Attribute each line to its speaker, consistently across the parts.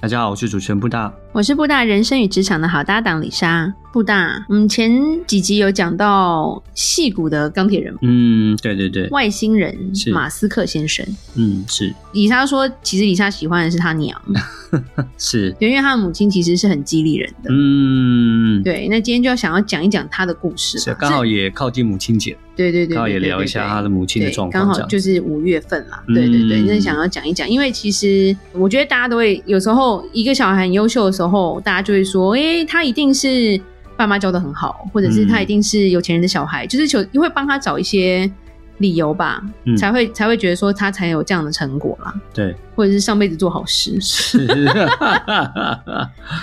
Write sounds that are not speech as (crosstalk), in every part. Speaker 1: 大家好，我是主持人布大。
Speaker 2: 我是布大人生与职场的好搭档李莎。布大，嗯，前几集有讲到戏骨的钢铁人、
Speaker 1: 嗯，对对对，
Speaker 2: 外星人
Speaker 1: 是
Speaker 2: 马斯克先生。
Speaker 1: 嗯，是
Speaker 2: 李莎说，其实李莎喜欢的是他娘，
Speaker 1: 嗯是，
Speaker 2: 对因为他的母亲其实是很激励人的。
Speaker 1: 嗯，
Speaker 2: 对，那今天就要想要讲一讲他的故事
Speaker 1: 是
Speaker 2: 嘛，
Speaker 1: 刚好
Speaker 2: 是
Speaker 1: 也靠近母亲节，
Speaker 2: 对对对对，
Speaker 1: 刚好也
Speaker 2: 对
Speaker 1: 聊一
Speaker 2: 对
Speaker 1: 下
Speaker 2: 对
Speaker 1: 他的母亲的
Speaker 2: 对，
Speaker 1: 状
Speaker 2: 刚
Speaker 1: 况，
Speaker 2: 好
Speaker 1: 这样
Speaker 2: 就是五月份啦，
Speaker 1: 嗯
Speaker 2: 对对对，那想要讲一讲，因为其实我觉得大家都会有时候一个小孩很优秀的时候，大家就会说，诶、他一定是爸妈教的很好，或者是
Speaker 1: 嗯
Speaker 2: 他一定是有钱人的小孩，就是有会帮他找一些理由吧，
Speaker 1: 嗯
Speaker 2: 才会才会觉得说他才有这样的成果啦，
Speaker 1: 对，
Speaker 2: 或者是上辈子做好
Speaker 1: (laughs)
Speaker 2: 事。
Speaker 1: 是，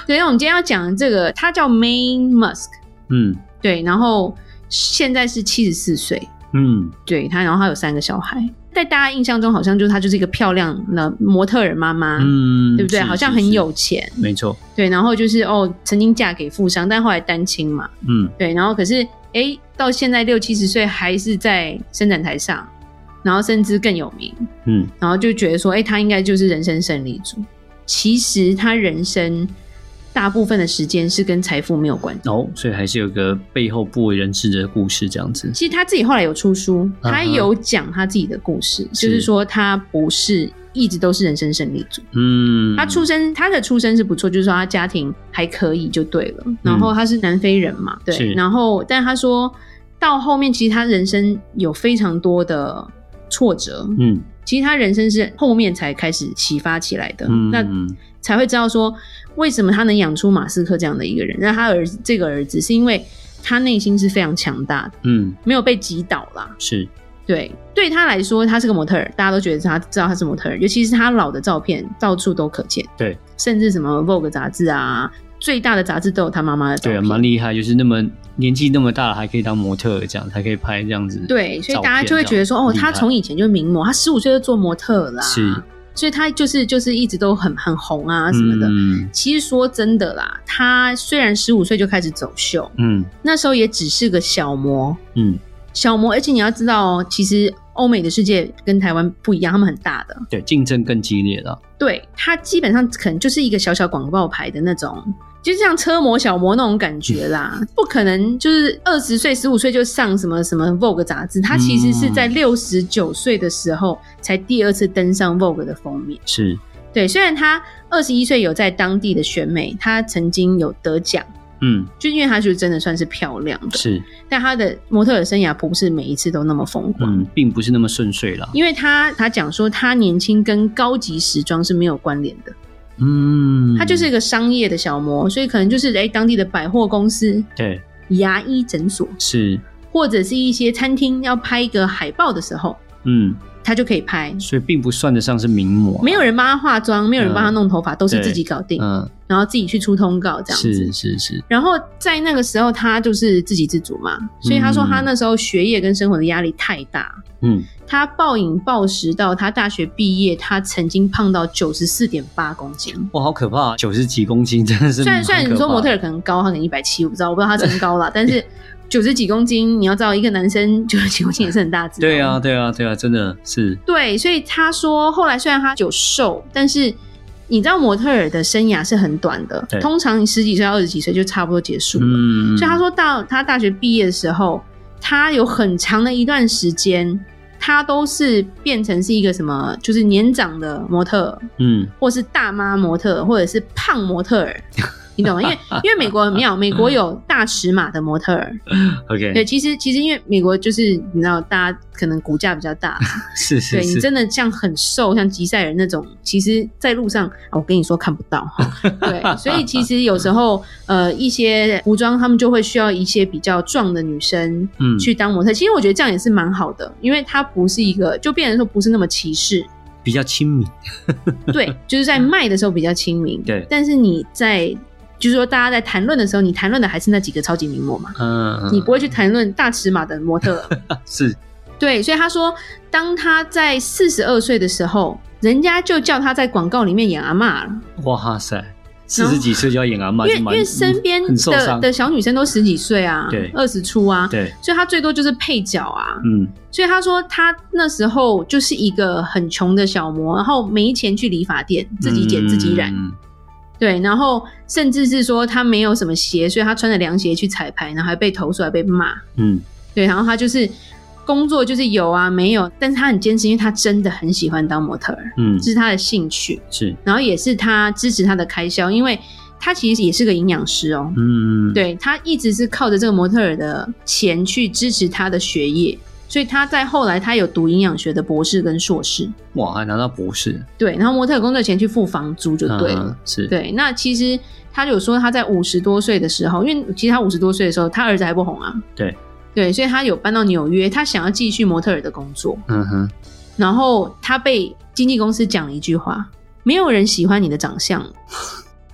Speaker 2: 对，那我们今天要讲这个，他叫 Main Musk，
Speaker 1: 嗯
Speaker 2: 对，然后现在是七十四岁，
Speaker 1: 嗯，
Speaker 2: 对她，然后她有三个小孩，在大家印象中好像就是她就是一个漂亮的模特儿妈妈，
Speaker 1: 嗯，
Speaker 2: 对不对？
Speaker 1: 是
Speaker 2: 好像
Speaker 1: 是
Speaker 2: 很
Speaker 1: 是
Speaker 2: 有钱，
Speaker 1: 没错，
Speaker 2: 对，然后就是哦，曾经嫁给富商，但后来单亲嘛，
Speaker 1: 嗯
Speaker 2: 对，然后可是哎，到现在六七十岁还是在伸展台上，然后甚至更有名，
Speaker 1: 嗯
Speaker 2: 然后就觉得说，哎，她应该就是人生胜利组。其实她人生大部分的时间是跟财富没有关系。
Speaker 1: 哦，所以还是有个背后不为人知的故事这样子。
Speaker 2: 其实他自己后来有出书，
Speaker 1: 嗯哼
Speaker 2: 他有讲他自己的故事，
Speaker 1: 是
Speaker 2: 就是说他不是一直都是人生胜利组。
Speaker 1: 嗯，
Speaker 2: 他出生，他的出生是不错，就是说他家庭还可以就对了。然后他是南非人嘛，
Speaker 1: 嗯是
Speaker 2: 对。然后，但他说到后面，其实他人生有非常多的挫折。
Speaker 1: 嗯
Speaker 2: 其实他人生是后面才开始启发起来的。
Speaker 1: 嗯，
Speaker 2: 那才会知道说为什么他能养出马斯克这样的一个人。那他儿子这个儿子是因为他内心是非常强大的。
Speaker 1: 嗯
Speaker 2: 没有被击倒啦。
Speaker 1: 是
Speaker 2: 对，对他来说，他是个模特儿，大家都觉得他知道他是模特儿，尤其是他老的照片到处都可见，
Speaker 1: 对
Speaker 2: 甚至什么 Vogue 杂志啊，最大的杂志都有他妈妈的照
Speaker 1: 对啊，
Speaker 2: 片。
Speaker 1: 蛮厉害，就是那么年纪那么大了还可以当模特儿这样，还可以拍这样子。
Speaker 2: 对，所以大家就会觉得说，
Speaker 1: 照
Speaker 2: 哦，
Speaker 1: 片这样
Speaker 2: 他从以前就名模，他十五岁就做模特啦，
Speaker 1: 是
Speaker 2: 所以他就是就是一直都很很红啊什么的。
Speaker 1: 嗯
Speaker 2: 其实说真的啦，他虽然十五岁就开始走秀，
Speaker 1: 嗯
Speaker 2: 那时候也只是个小模，
Speaker 1: 嗯，
Speaker 2: 小模，而且你要知道哦，其实欧美的世界跟台湾不一样，他们很大的，
Speaker 1: 对，竞争更激烈了。
Speaker 2: 对，它基本上可能就是一个小小广告牌的那种，就像车模、小模那种感觉啦，
Speaker 1: (laughs)
Speaker 2: 不可能就是二十岁、十五岁就上什么什么 Vogue 杂志，它其实是在
Speaker 1: 嗯
Speaker 2: 六十九岁的时候才第二次登上 Vogue 的封面。
Speaker 1: 是
Speaker 2: 对，虽然他二十一岁有在当地的选美，他曾经有得奖，
Speaker 1: 嗯
Speaker 2: 就因为他就真的算是漂亮的，
Speaker 1: 是
Speaker 2: 但他的模特儿生涯不是每一次都那么风光。
Speaker 1: 嗯，并不是那么顺遂啦。
Speaker 2: 因为他他讲说，他年轻跟高级时装是没有关联的，
Speaker 1: 嗯，
Speaker 2: 他就是一个商业的小模，所以可能就是哎、诶当地的百货公司、
Speaker 1: 对
Speaker 2: 牙医诊所，
Speaker 1: 是
Speaker 2: 或者是一些餐厅要拍一个海报的时候，
Speaker 1: 嗯，
Speaker 2: 他就可以拍。
Speaker 1: 所以并不算得上是名模。啊
Speaker 2: 没有人帮他化妆，没有人帮他弄头发，都是
Speaker 1: 对
Speaker 2: 自己搞定，
Speaker 1: 嗯，
Speaker 2: 然后自己去出通告这样子
Speaker 1: 是。是是，
Speaker 2: 然后在那个时候，他就是自给自足
Speaker 1: 嗯
Speaker 2: 嘛，所以他说他那时候学业跟生活的压力太大，
Speaker 1: 嗯
Speaker 2: 他暴饮暴食到他大学毕业，他曾经胖到九十四点八公斤。
Speaker 1: 哇，好可怕，九十几公斤真的是
Speaker 2: 虽然
Speaker 1: 蛮可怕的。
Speaker 2: 虽然你说模特儿可能高，他可能一百七，我不知道，我不知道他真高啦，
Speaker 1: (laughs)
Speaker 2: 但是九十几公斤，你要知道一个男生 (laughs) 九十几公斤也是很大只。哦
Speaker 1: 对啊，，对啊，对啊，真的是，
Speaker 2: 对，所以他说后来虽然他有瘦，但是你知道模特儿的生涯是很短的
Speaker 1: 对，
Speaker 2: 通常你十几岁到二十几岁就差不多结束了。
Speaker 1: 嗯，
Speaker 2: 啊所以他说到他大学毕业的时候，他有很长的一段时间。他都是变成是一个什么，就是年长的模特儿，
Speaker 1: 嗯，
Speaker 2: 或是大妈模特，或者是胖模
Speaker 1: (laughs)
Speaker 2: 特儿，你懂吗？因为因为美国很
Speaker 1: 嗯
Speaker 2: 妙，美国有大尺码的模特儿。对，
Speaker 1: OK，
Speaker 2: 其实其实因为美国就是你知道，大家可能骨架比较大，
Speaker 1: 是 (laughs) 是
Speaker 2: 对你
Speaker 1: 是，
Speaker 2: 真的像很瘦，像吉赛人那种，其实在路上、啊我跟你说看不到。
Speaker 1: (laughs)
Speaker 2: 对，所以其实有时候呃一些服装他们就会需要一些比较壮的女生。
Speaker 1: 嗯，
Speaker 2: 去当模特，其实我觉得这样也是蛮好的，因为它不是一个，就变成说不是那么歧视，
Speaker 1: 比较亲民， (laughs)
Speaker 2: 对，就是在卖的时候比较亲民，
Speaker 1: 对
Speaker 2: 但是你在就是说大家在谈论的时候，你谈论的还是那几个超级名模嘛，
Speaker 1: 嗯，啊
Speaker 2: 你不会去谈论大尺码
Speaker 1: (laughs)
Speaker 2: 的模特儿。
Speaker 1: 是，
Speaker 2: 对，所以他说，当他在四十二岁的时候，人家就叫他在广告里面演阿嬷了，
Speaker 1: 哇塞，四十几岁就要演阿妈，
Speaker 2: 因为
Speaker 1: 就
Speaker 2: 因
Speaker 1: 蛮
Speaker 2: 为身边
Speaker 1: 嗯很受
Speaker 2: 的
Speaker 1: 伤
Speaker 2: 的小女生都十几岁啊，
Speaker 1: 对
Speaker 2: 二十出啊，
Speaker 1: 对，
Speaker 2: 所以她最多就是配角啊，
Speaker 1: 嗯
Speaker 2: 所以他说他那时候就是一个很穷的小模，然后没钱去理发店自己剪自己染，
Speaker 1: 嗯
Speaker 2: 对，然后甚至是说他没有什么鞋，所以他穿着凉鞋去彩排，然后还被投诉，还被骂，
Speaker 1: 嗯
Speaker 2: 对，然后他就是工作就是有啊没有，但是他很坚持，因为他真的很喜欢当模特儿，
Speaker 1: 嗯
Speaker 2: 这是他的兴趣，
Speaker 1: 是
Speaker 2: 然后也是他支持他的开销，因为他其实也是个营养师哦，
Speaker 1: 嗯
Speaker 2: 对他一直是靠着这个模特儿的钱去支持他的学业，所以他在后来他有读营养学的博士跟硕士，
Speaker 1: 哇还拿到博士，
Speaker 2: 对，然后模特儿工作前去付房租就对了。
Speaker 1: 嗯是
Speaker 2: 对，那其实他有说他在五十多岁的时候，因为其实他五十多岁的时候，他儿子还不红啊。
Speaker 1: 对
Speaker 2: 对，所以他有搬到纽约，他想要继续模特儿的工作，
Speaker 1: 嗯哼
Speaker 2: 然后他被经纪公司讲了一句话：“没有人喜欢你的长相。” (laughs)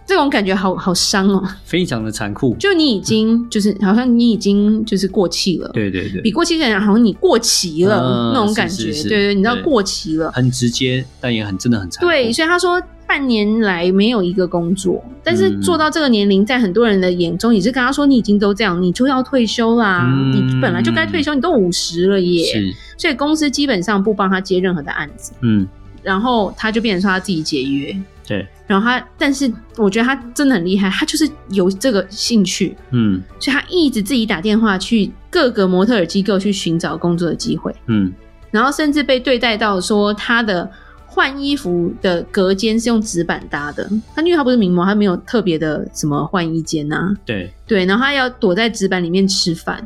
Speaker 2: 这种感觉好好伤哦，
Speaker 1: 非常的残酷，
Speaker 2: 就你已经就是好像你已经就是过气了，
Speaker 1: 对对对
Speaker 2: 比，过期的人好像你过期了、
Speaker 1: 嗯
Speaker 2: 那种感觉，
Speaker 1: 是是是
Speaker 2: 对对，你知道
Speaker 1: 对
Speaker 2: 过期了，
Speaker 1: 很直接，但也很真的很残酷，
Speaker 2: 对，所以他说半年来没有一个工作，但是
Speaker 1: 嗯
Speaker 2: 做到这个年龄，在很多人的眼中，也是跟他说你已经都这样，你就要退休啦，
Speaker 1: 嗯
Speaker 2: 你本来就该退休，你都五十了耶，
Speaker 1: 是
Speaker 2: 所以公司基本上不帮他接任何的案子，
Speaker 1: 嗯
Speaker 2: 然后他就变成说他自己解约，
Speaker 1: 对
Speaker 2: 然后他，但是我觉得他真的很厉害，他就是有这个兴趣，
Speaker 1: 嗯
Speaker 2: 所以他一直自己打电话去各个模特儿机构去寻找工作的机会。
Speaker 1: 嗯
Speaker 2: 然后甚至被对待到说他的换衣服的隔间是用纸板搭的，他因为他不是名模，他没有特别的什么换衣间呐、
Speaker 1: 对
Speaker 2: 对，然后他要躲在纸板里面吃饭，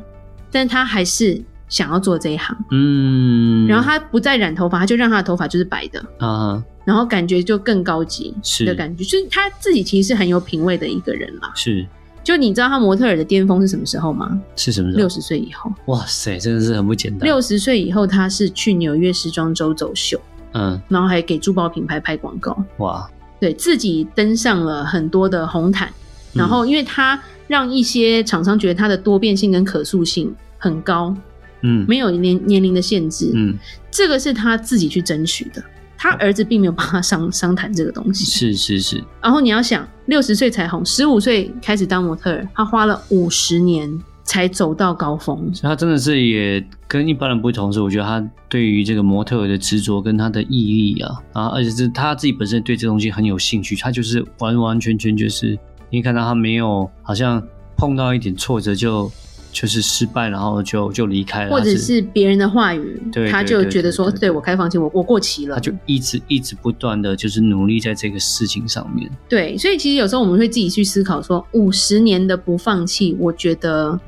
Speaker 2: 但他还是想要做这一行，
Speaker 1: 嗯，
Speaker 2: 然后他不再染头发，他就让他的头发就是白的，
Speaker 1: 他啊
Speaker 2: 然后感觉就更高级
Speaker 1: 是
Speaker 2: 的感觉，就是他自己其实是很有品味的一个人啦。
Speaker 1: 是
Speaker 2: 就你知道他模特儿的巅峰是什么时候吗？
Speaker 1: 是什么时
Speaker 2: 六
Speaker 1: 候？
Speaker 2: 十岁以后，
Speaker 1: 哇塞，真的是很不简单，
Speaker 2: 六十岁以后他是去纽约时装周走秀。
Speaker 1: 嗯
Speaker 2: 然后还给珠宝品牌拍广告，
Speaker 1: 哇，
Speaker 2: 对自己登上了很多的红毯。
Speaker 1: 嗯
Speaker 2: 然后，因为他让一些厂商觉得它的多变性跟可塑性很高，
Speaker 1: 嗯
Speaker 2: 没有年年龄的限制，
Speaker 1: 嗯
Speaker 2: 这个是他自己去争取的。他儿子并没有帮他商商谈这个东西。
Speaker 1: 是是是，
Speaker 2: 然后你要想，六十岁才红，十五岁开始当模特儿，他花了五十年才走到高峰。
Speaker 1: 所以他真的是也跟一般人不同，是我觉得他对于这个模特儿的执着跟他的毅力啊，啊，而且是他自己本身对这东西很有兴趣，他就是完完全全就是，你看到他没有好像碰到一点挫折就就是失败，然后就就离开了，
Speaker 2: 或者
Speaker 1: 他
Speaker 2: 是别人的话语，
Speaker 1: 啊对
Speaker 2: 他
Speaker 1: 对
Speaker 2: 就
Speaker 1: 对
Speaker 2: 觉得
Speaker 1: 对
Speaker 2: 说，
Speaker 1: 对
Speaker 2: 对我开房间，我我过期了，
Speaker 1: 他就一直一直不断的就是努力在这个事情上面，
Speaker 2: 对，所以其实有时候我们会自己去思考说，五十年的不放弃，我觉得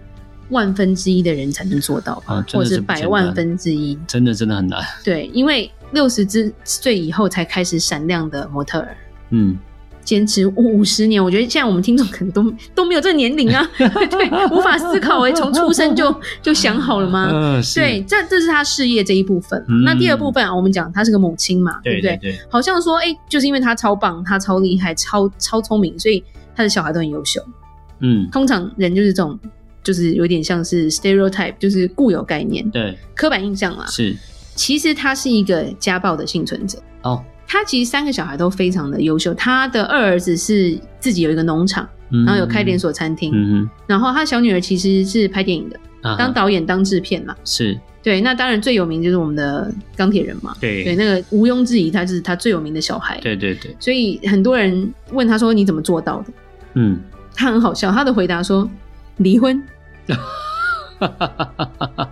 Speaker 2: 万分之一的人才能做到吧，
Speaker 1: 啊真的
Speaker 2: 或者
Speaker 1: 是不
Speaker 2: 百
Speaker 1: 简
Speaker 2: 万
Speaker 1: 单
Speaker 2: 分之一。
Speaker 1: 真的真的很难，
Speaker 2: 对，因为六十之岁以后才开始闪亮的模特儿。
Speaker 1: 嗯，
Speaker 2: 坚持五十年，我觉得现在我们听众可能都都没有这个年龄
Speaker 1: (laughs)
Speaker 2: 啊，对，无法思考哎、从出生就就想好了吗？
Speaker 1: 嗯、是
Speaker 2: 对，这这是他事业这一部分。
Speaker 1: 嗯
Speaker 2: 那第二部分啊，我们讲她是个母亲嘛，
Speaker 1: 对
Speaker 2: 不对
Speaker 1: 对？对，
Speaker 2: 好像说，哎、就是因为他超棒，他超厉害，超超聪明，所以他的小孩都很优秀。
Speaker 1: 嗯，
Speaker 2: 通常人就是这种，就是有点像是 stereotype，就是固有概念、
Speaker 1: 对
Speaker 2: 刻板印象啦。
Speaker 1: 是，
Speaker 2: 其实他是一个家暴的幸存者，
Speaker 1: 哦，
Speaker 2: 他其实三个小孩都非常的优秀。他的二儿子是自己有一个农场，
Speaker 1: 嗯、
Speaker 2: 然后有开连，锁餐厅，
Speaker 1: 嗯
Speaker 2: 然后他小女儿其实是拍电影的，
Speaker 1: 哼，啊哈
Speaker 2: 当导演、当制片嘛。
Speaker 1: 是
Speaker 2: 对，那当然最有名就是我们的钢铁人嘛。
Speaker 1: 对
Speaker 2: 对，那个毋庸置疑，他就是他最有名的小孩。
Speaker 1: 对对对，
Speaker 2: 所以很多人问他说：“你怎么做到的
Speaker 1: 嗯。？” (laughs)
Speaker 2: 他很好笑，他的回答说：“离婚。
Speaker 1: 哈哈哈哈哈，”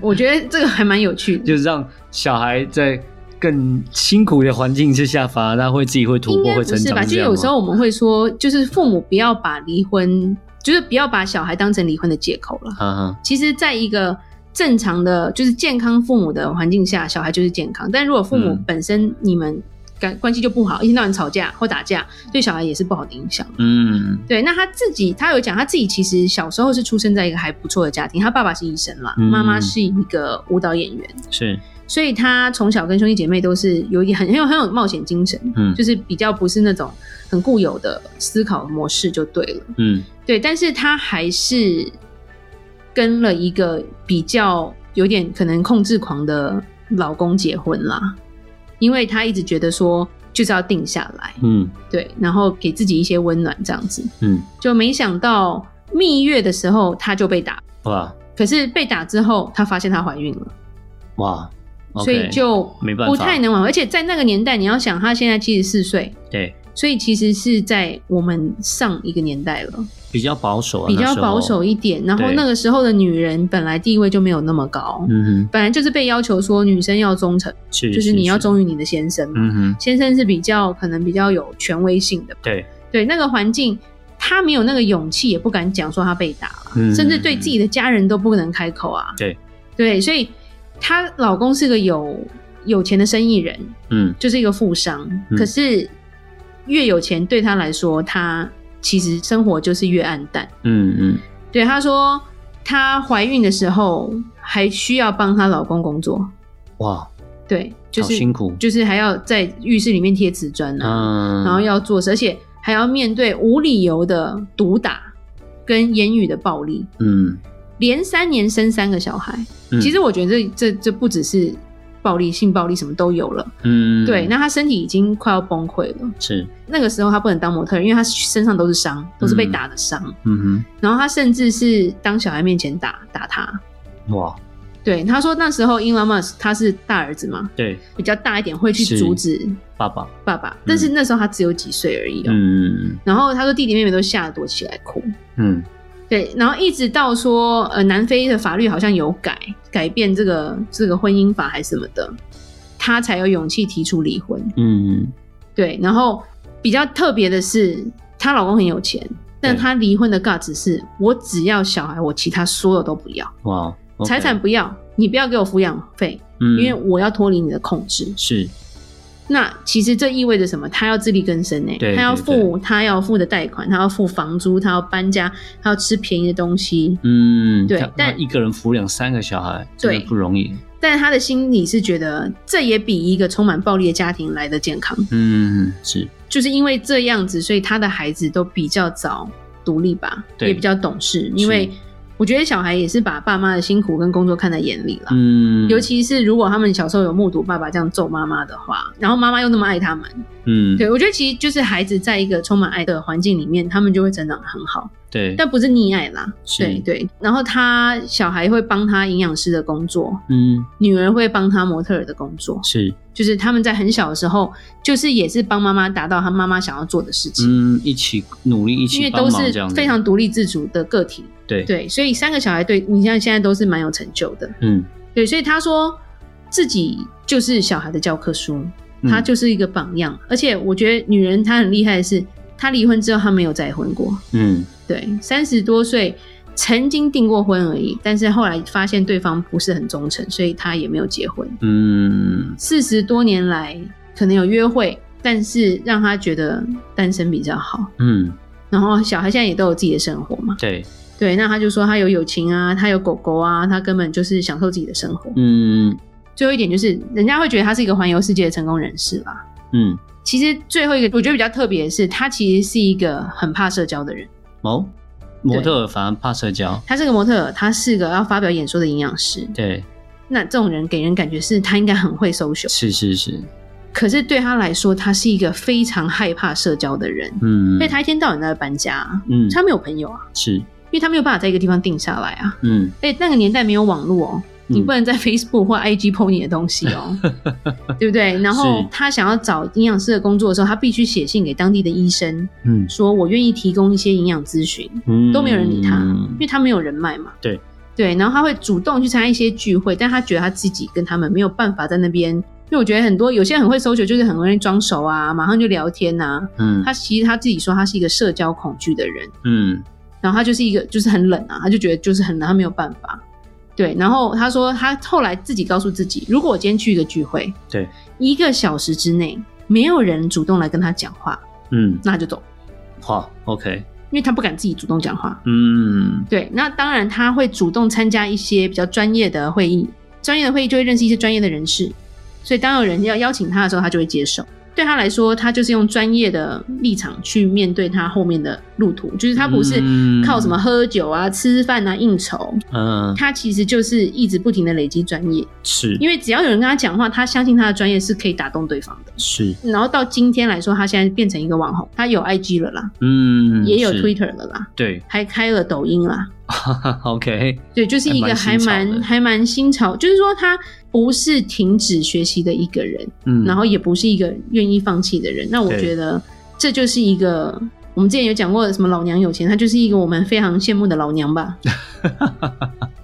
Speaker 2: 我觉得这个还蛮有趣的，
Speaker 1: 就是让小孩在更辛苦的环境之下，反而他会自己会突
Speaker 2: 应
Speaker 1: 破，
Speaker 2: 该
Speaker 1: 会
Speaker 2: 不
Speaker 1: 成
Speaker 2: 是
Speaker 1: 长
Speaker 2: 吧？，
Speaker 1: 是
Speaker 2: 就
Speaker 1: 这样
Speaker 2: 有时
Speaker 1: 吗？
Speaker 2: 候我们会说，就是父母不要把离婚，就是不要把小孩当成离婚的借口了。
Speaker 1: 嗯哼，
Speaker 2: 其实，在一个正常的，就是健康父母的环境下，小孩就是健康。但如果父母
Speaker 1: 嗯
Speaker 2: 本身你们感关系就不好，一天到晚吵架或打架，对小孩也是不好的影响。
Speaker 1: 嗯
Speaker 2: 对，那他自己，他有讲他自己其实小时候是出生在一个还不错的家庭，他爸爸是医生啦，
Speaker 1: 嗯
Speaker 2: 妈妈是一个舞蹈演员，
Speaker 1: 是，
Speaker 2: 所以他从小跟兄弟姐妹都是有一点很很有很有冒险精神，
Speaker 1: 嗯
Speaker 2: 就是比较不是那种很固有的思考模式就对了。
Speaker 1: 嗯
Speaker 2: 对，但是他还是跟了一个比较有点可能控制狂的老公结婚啦。因为他一直觉得说就是要定下来，
Speaker 1: 嗯
Speaker 2: 对，然后给自己一些温暖这样子。
Speaker 1: 嗯，
Speaker 2: 就没想到蜜月的时候她就被打，
Speaker 1: 哇
Speaker 2: 可是被打之后她发现她怀孕了，
Speaker 1: 哇，OK，
Speaker 2: 所以就
Speaker 1: 没办法
Speaker 2: 不太能挽回。而且在那个年代，你要想她现在七十四岁，
Speaker 1: 对
Speaker 2: 所以其实是在我们上一个年代了，
Speaker 1: 比较保守啊，
Speaker 2: 比较
Speaker 1: 那时候
Speaker 2: 保守，一点。然后
Speaker 1: 对
Speaker 2: 那个时候的女人本来地位就没有那么高，
Speaker 1: 嗯
Speaker 2: 本来就是被要求说女生要忠诚，
Speaker 1: 哼，是
Speaker 2: 就是你要，忠于你的先生嘛。
Speaker 1: 嗯哼，
Speaker 2: 先生是比较可能比较有权威性的，
Speaker 1: 对，
Speaker 2: 对那个环境，他没有那个勇气，也不敢讲说他被打了，
Speaker 1: 嗯
Speaker 2: 甚至对自己的家人都不能开口啊。
Speaker 1: 对
Speaker 2: 对，所以她老公是个有有钱的生意人，
Speaker 1: 嗯
Speaker 2: 就是一个富商。
Speaker 1: 嗯
Speaker 2: 可是越有钱对她来说，她其实生活就是越暗淡。
Speaker 1: 嗯嗯，
Speaker 2: 对她说，她怀孕的时候还需要帮她老公工作，
Speaker 1: 哇，
Speaker 2: 对，就
Speaker 1: 好
Speaker 2: 是
Speaker 1: 辛苦，
Speaker 2: 就是还要在浴室里面贴瓷砖啊，
Speaker 1: 嗯，
Speaker 2: 然后要做事，而且还要面对无理由的毒打跟言语的暴力，
Speaker 1: 嗯，
Speaker 2: 连三年生三个小孩。
Speaker 1: 嗯
Speaker 2: 其实我觉得这这这不只是暴力、性暴力什么都有了。
Speaker 1: 嗯
Speaker 2: 对，那他身体已经快要崩溃了。
Speaker 1: 是，
Speaker 2: 那个时候他不能当模特儿，因为他身上都是伤，都是被打的伤。
Speaker 1: 嗯
Speaker 2: 然后他甚至是当小孩面前打打他。
Speaker 1: 哼，哇，
Speaker 2: 对，他说那时候 Elon Musk 他是大儿子嘛，
Speaker 1: 对，
Speaker 2: 比较大一点会去
Speaker 1: 是
Speaker 2: 阻止
Speaker 1: 爸爸，
Speaker 2: 爸爸，但是那时候他只有几岁而已、哦。
Speaker 1: 嗯
Speaker 2: 然后他说弟弟妹妹都吓得躲起来哭。
Speaker 1: 嗯
Speaker 2: 对，然后一直到说，呃，南非的法律好像有改改变这个这个婚姻法还是什么的，他才有勇气提出离婚。
Speaker 1: 嗯
Speaker 2: 对，然后比较特别的是，她老公很有钱，但
Speaker 1: 对
Speaker 2: 她离婚的 guts 是我只要小孩，我其他所有都不要，
Speaker 1: 哇，OK，
Speaker 2: 财产不要，你不要给我抚养费，
Speaker 1: 嗯，
Speaker 2: 因为我要脱离你的控制。
Speaker 1: 是
Speaker 2: 那其实这意味着什么？他要自力更生呢、
Speaker 1: 对
Speaker 2: 他要
Speaker 1: 对
Speaker 2: 付他要付的贷款，他要付房租，他要搬家，他要吃便宜的东西。
Speaker 1: 嗯，
Speaker 2: 对
Speaker 1: 他他
Speaker 2: 但
Speaker 1: 一个人抚养三个小孩，真
Speaker 2: 对
Speaker 1: 的不容易。
Speaker 2: 但他的心里是觉得，这也比一个充满暴力的家庭来的健康。
Speaker 1: 嗯，是，
Speaker 2: 就是因为这样子，所以他的孩子都比较早独立吧，
Speaker 1: 对
Speaker 2: 也比较懂事。因为我觉得小孩也是把爸妈的辛苦跟工作看在眼里啦。
Speaker 1: 嗯，
Speaker 2: 尤其是如果他们小时候有目睹爸爸这样揍妈妈的话，然后妈妈又那么爱他们，
Speaker 1: 嗯，
Speaker 2: 对我觉得其实就是孩子在一个充满爱的环境里面，他们就会成长得很好。
Speaker 1: 对，
Speaker 2: 但不是溺爱啦，
Speaker 1: 是
Speaker 2: 对对。然后他小孩会帮他营养师的工作，
Speaker 1: 嗯
Speaker 2: 女儿会帮他模特儿的工作，
Speaker 1: 是，
Speaker 2: 就是他们在很小的时候，就是也是帮妈妈达到他妈妈想要做的事情，
Speaker 1: 嗯，一起努力，一
Speaker 2: 因为
Speaker 1: 起帮
Speaker 2: 都
Speaker 1: 忙
Speaker 2: 是
Speaker 1: 这样子，
Speaker 2: 非常独立自主的个体，
Speaker 1: 对，
Speaker 2: 对，所以三个小孩对你像现在都是蛮有成就的，
Speaker 1: 嗯，
Speaker 2: 对，所以他说自己就是小孩的教科书，
Speaker 1: 嗯
Speaker 2: 他就是一个榜样，而且我觉得女人她很厉害的是，她离婚之后她没有再婚过，
Speaker 1: 嗯
Speaker 2: 对，三十多岁曾经订过婚而已，但是后来发现对方不是很忠诚，所以她也没有结婚。
Speaker 1: 嗯
Speaker 2: 四十多年来可能有约会，但是让她觉得单身比较好。
Speaker 1: 嗯，
Speaker 2: 然后小孩现在也都有自己的生活嘛，
Speaker 1: 对，
Speaker 2: 对，那她就说她有友情啊，她有狗狗啊，她根本就是享受自己的生活。
Speaker 1: 嗯
Speaker 2: 最后一点就是，人家会觉得她是一个环游世界的成功人士啦。
Speaker 1: 嗯，
Speaker 2: 其实最后一个我觉得比较特别的是，她其实是一个很怕社交的人。
Speaker 1: 哦，模特儿反而怕社交，
Speaker 2: 她是个模特儿，她是个要发表演说的营养师。
Speaker 1: 对，
Speaker 2: 那这种人给人感觉是他应该很会 social，
Speaker 1: 是是是，
Speaker 2: 可是对他来说，他是一个非常害怕社交的人，
Speaker 1: 嗯，
Speaker 2: 所以他一天到晚都在搬家啊，
Speaker 1: 嗯
Speaker 2: 他没有朋友啊，
Speaker 1: 是，
Speaker 2: 因为他没有办法在一个地方定下来啊。
Speaker 1: 嗯
Speaker 2: 哎，那个年代没有网络哦，你不能在 Facebook 或 IG PO 你的东西
Speaker 1: (laughs)
Speaker 2: 哦，对不对？然后
Speaker 1: 是
Speaker 2: 他想要找营养师的工作的时候，他必须写信给当地的医生，
Speaker 1: 嗯
Speaker 2: 说我愿意提供一些营养咨询，
Speaker 1: 嗯，
Speaker 2: 都没有人理他，因
Speaker 1: 嗯
Speaker 2: 为他没有人脉嘛。
Speaker 1: 对
Speaker 2: 对，然后他会主动去参加一些聚会，但他觉得他自己跟他们没有办法在那边，因为我觉得很多有些人很会 social，就是很容易装熟啊，马上就聊天呐、
Speaker 1: 嗯
Speaker 2: 他其实他自己说他是一个社交恐惧的人，
Speaker 1: 嗯
Speaker 2: 然后他就是一个就是很冷啊，他就觉得就是很冷，他没有办法。对，然后他说他后来自己告诉自己，如果我今天去一个聚会，
Speaker 1: 对，
Speaker 2: 一个小时之内没有人主动来跟他讲话，
Speaker 1: 嗯，
Speaker 2: 那他就走，
Speaker 1: 好，OK，
Speaker 2: 因为他不敢自己主动讲话。
Speaker 1: 嗯
Speaker 2: 对，那当然他会主动参加一些比较专业的会议，专业的会议就会认识一些专业的人士，所以当有人要邀请他的时候，他就会接受。对他来说，他就是用专业的立场去面对他后面的路途，就是他不是
Speaker 1: 嗯
Speaker 2: 靠什么喝酒啊、吃饭啊应酬，
Speaker 1: 嗯，
Speaker 2: 他其实就是一直不停的累积专业，
Speaker 1: 是
Speaker 2: 因为只要有人跟他讲话，他相信他的专业是可以打动对方的。
Speaker 1: 是，
Speaker 2: 然后到今天来说，他现在变成一个网红，他有 IG 了啦，
Speaker 1: 嗯，
Speaker 2: 也有
Speaker 1: 是
Speaker 2: Twitter 了啦，
Speaker 1: 对
Speaker 2: 还开了抖音啦，
Speaker 1: ，OK，
Speaker 2: 对，就是一个还
Speaker 1: 还蛮新潮
Speaker 2: 蛮
Speaker 1: 的
Speaker 2: 还蛮新潮，就是说他不是停止学习的一个人，
Speaker 1: 嗯，
Speaker 2: (laughs) 然后也不是一个愿意放弃的人。那我
Speaker 1: 对
Speaker 2: 觉得这就是一个我们之前有讲过什么老娘有钱，她就是一个我们非常羡慕的老娘
Speaker 1: (laughs)
Speaker 2: 吧，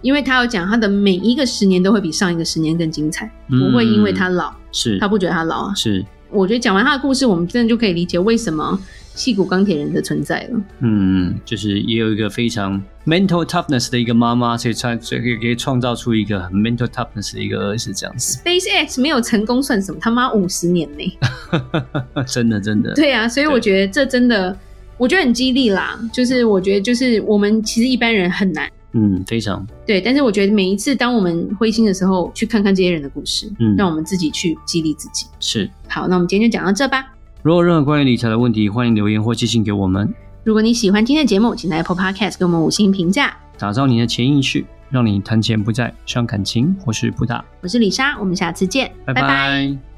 Speaker 2: 因为她有讲她的每一个十年都会比上一个十年更精彩，不会因为她
Speaker 1: 嗯
Speaker 2: 老，
Speaker 1: 是
Speaker 2: 她不觉得她老啊。
Speaker 1: 是，
Speaker 2: 我觉得讲完她的故事，我们真的就可以理解为什么戏骨钢铁人的存在了。
Speaker 1: 嗯，就是也有一个非常 mental toughness 的一个妈妈，所以创所以可以创造出一个很 mental toughness 的一个儿子这样子，
Speaker 2: SpaceX 没有成功算什么？他妈五十年
Speaker 1: (laughs)
Speaker 2: 呢、
Speaker 1: 真的真的，
Speaker 2: 对啊，所以我觉得这真的，我觉得很激励啦。就是我觉得，就是我们其实一般人很难。
Speaker 1: 嗯，非常
Speaker 2: 对，但是我觉得每一次当我们灰心的时候，去看看这些人的故事，
Speaker 1: 嗯
Speaker 2: 让我们自己去激励自己。
Speaker 1: 是。
Speaker 2: 好，那我们今天就讲到这吧。
Speaker 1: 如果有任何关于理财的问题，欢迎留言或寄信给我们，
Speaker 2: 如果你喜欢今天的节目，请在 Apple Podcast 给我们五星评价。
Speaker 1: 打造你的潜意识，让你谈钱不再伤感情或是不打。
Speaker 2: 我是李莎，我们下次见，拜拜
Speaker 1: 拜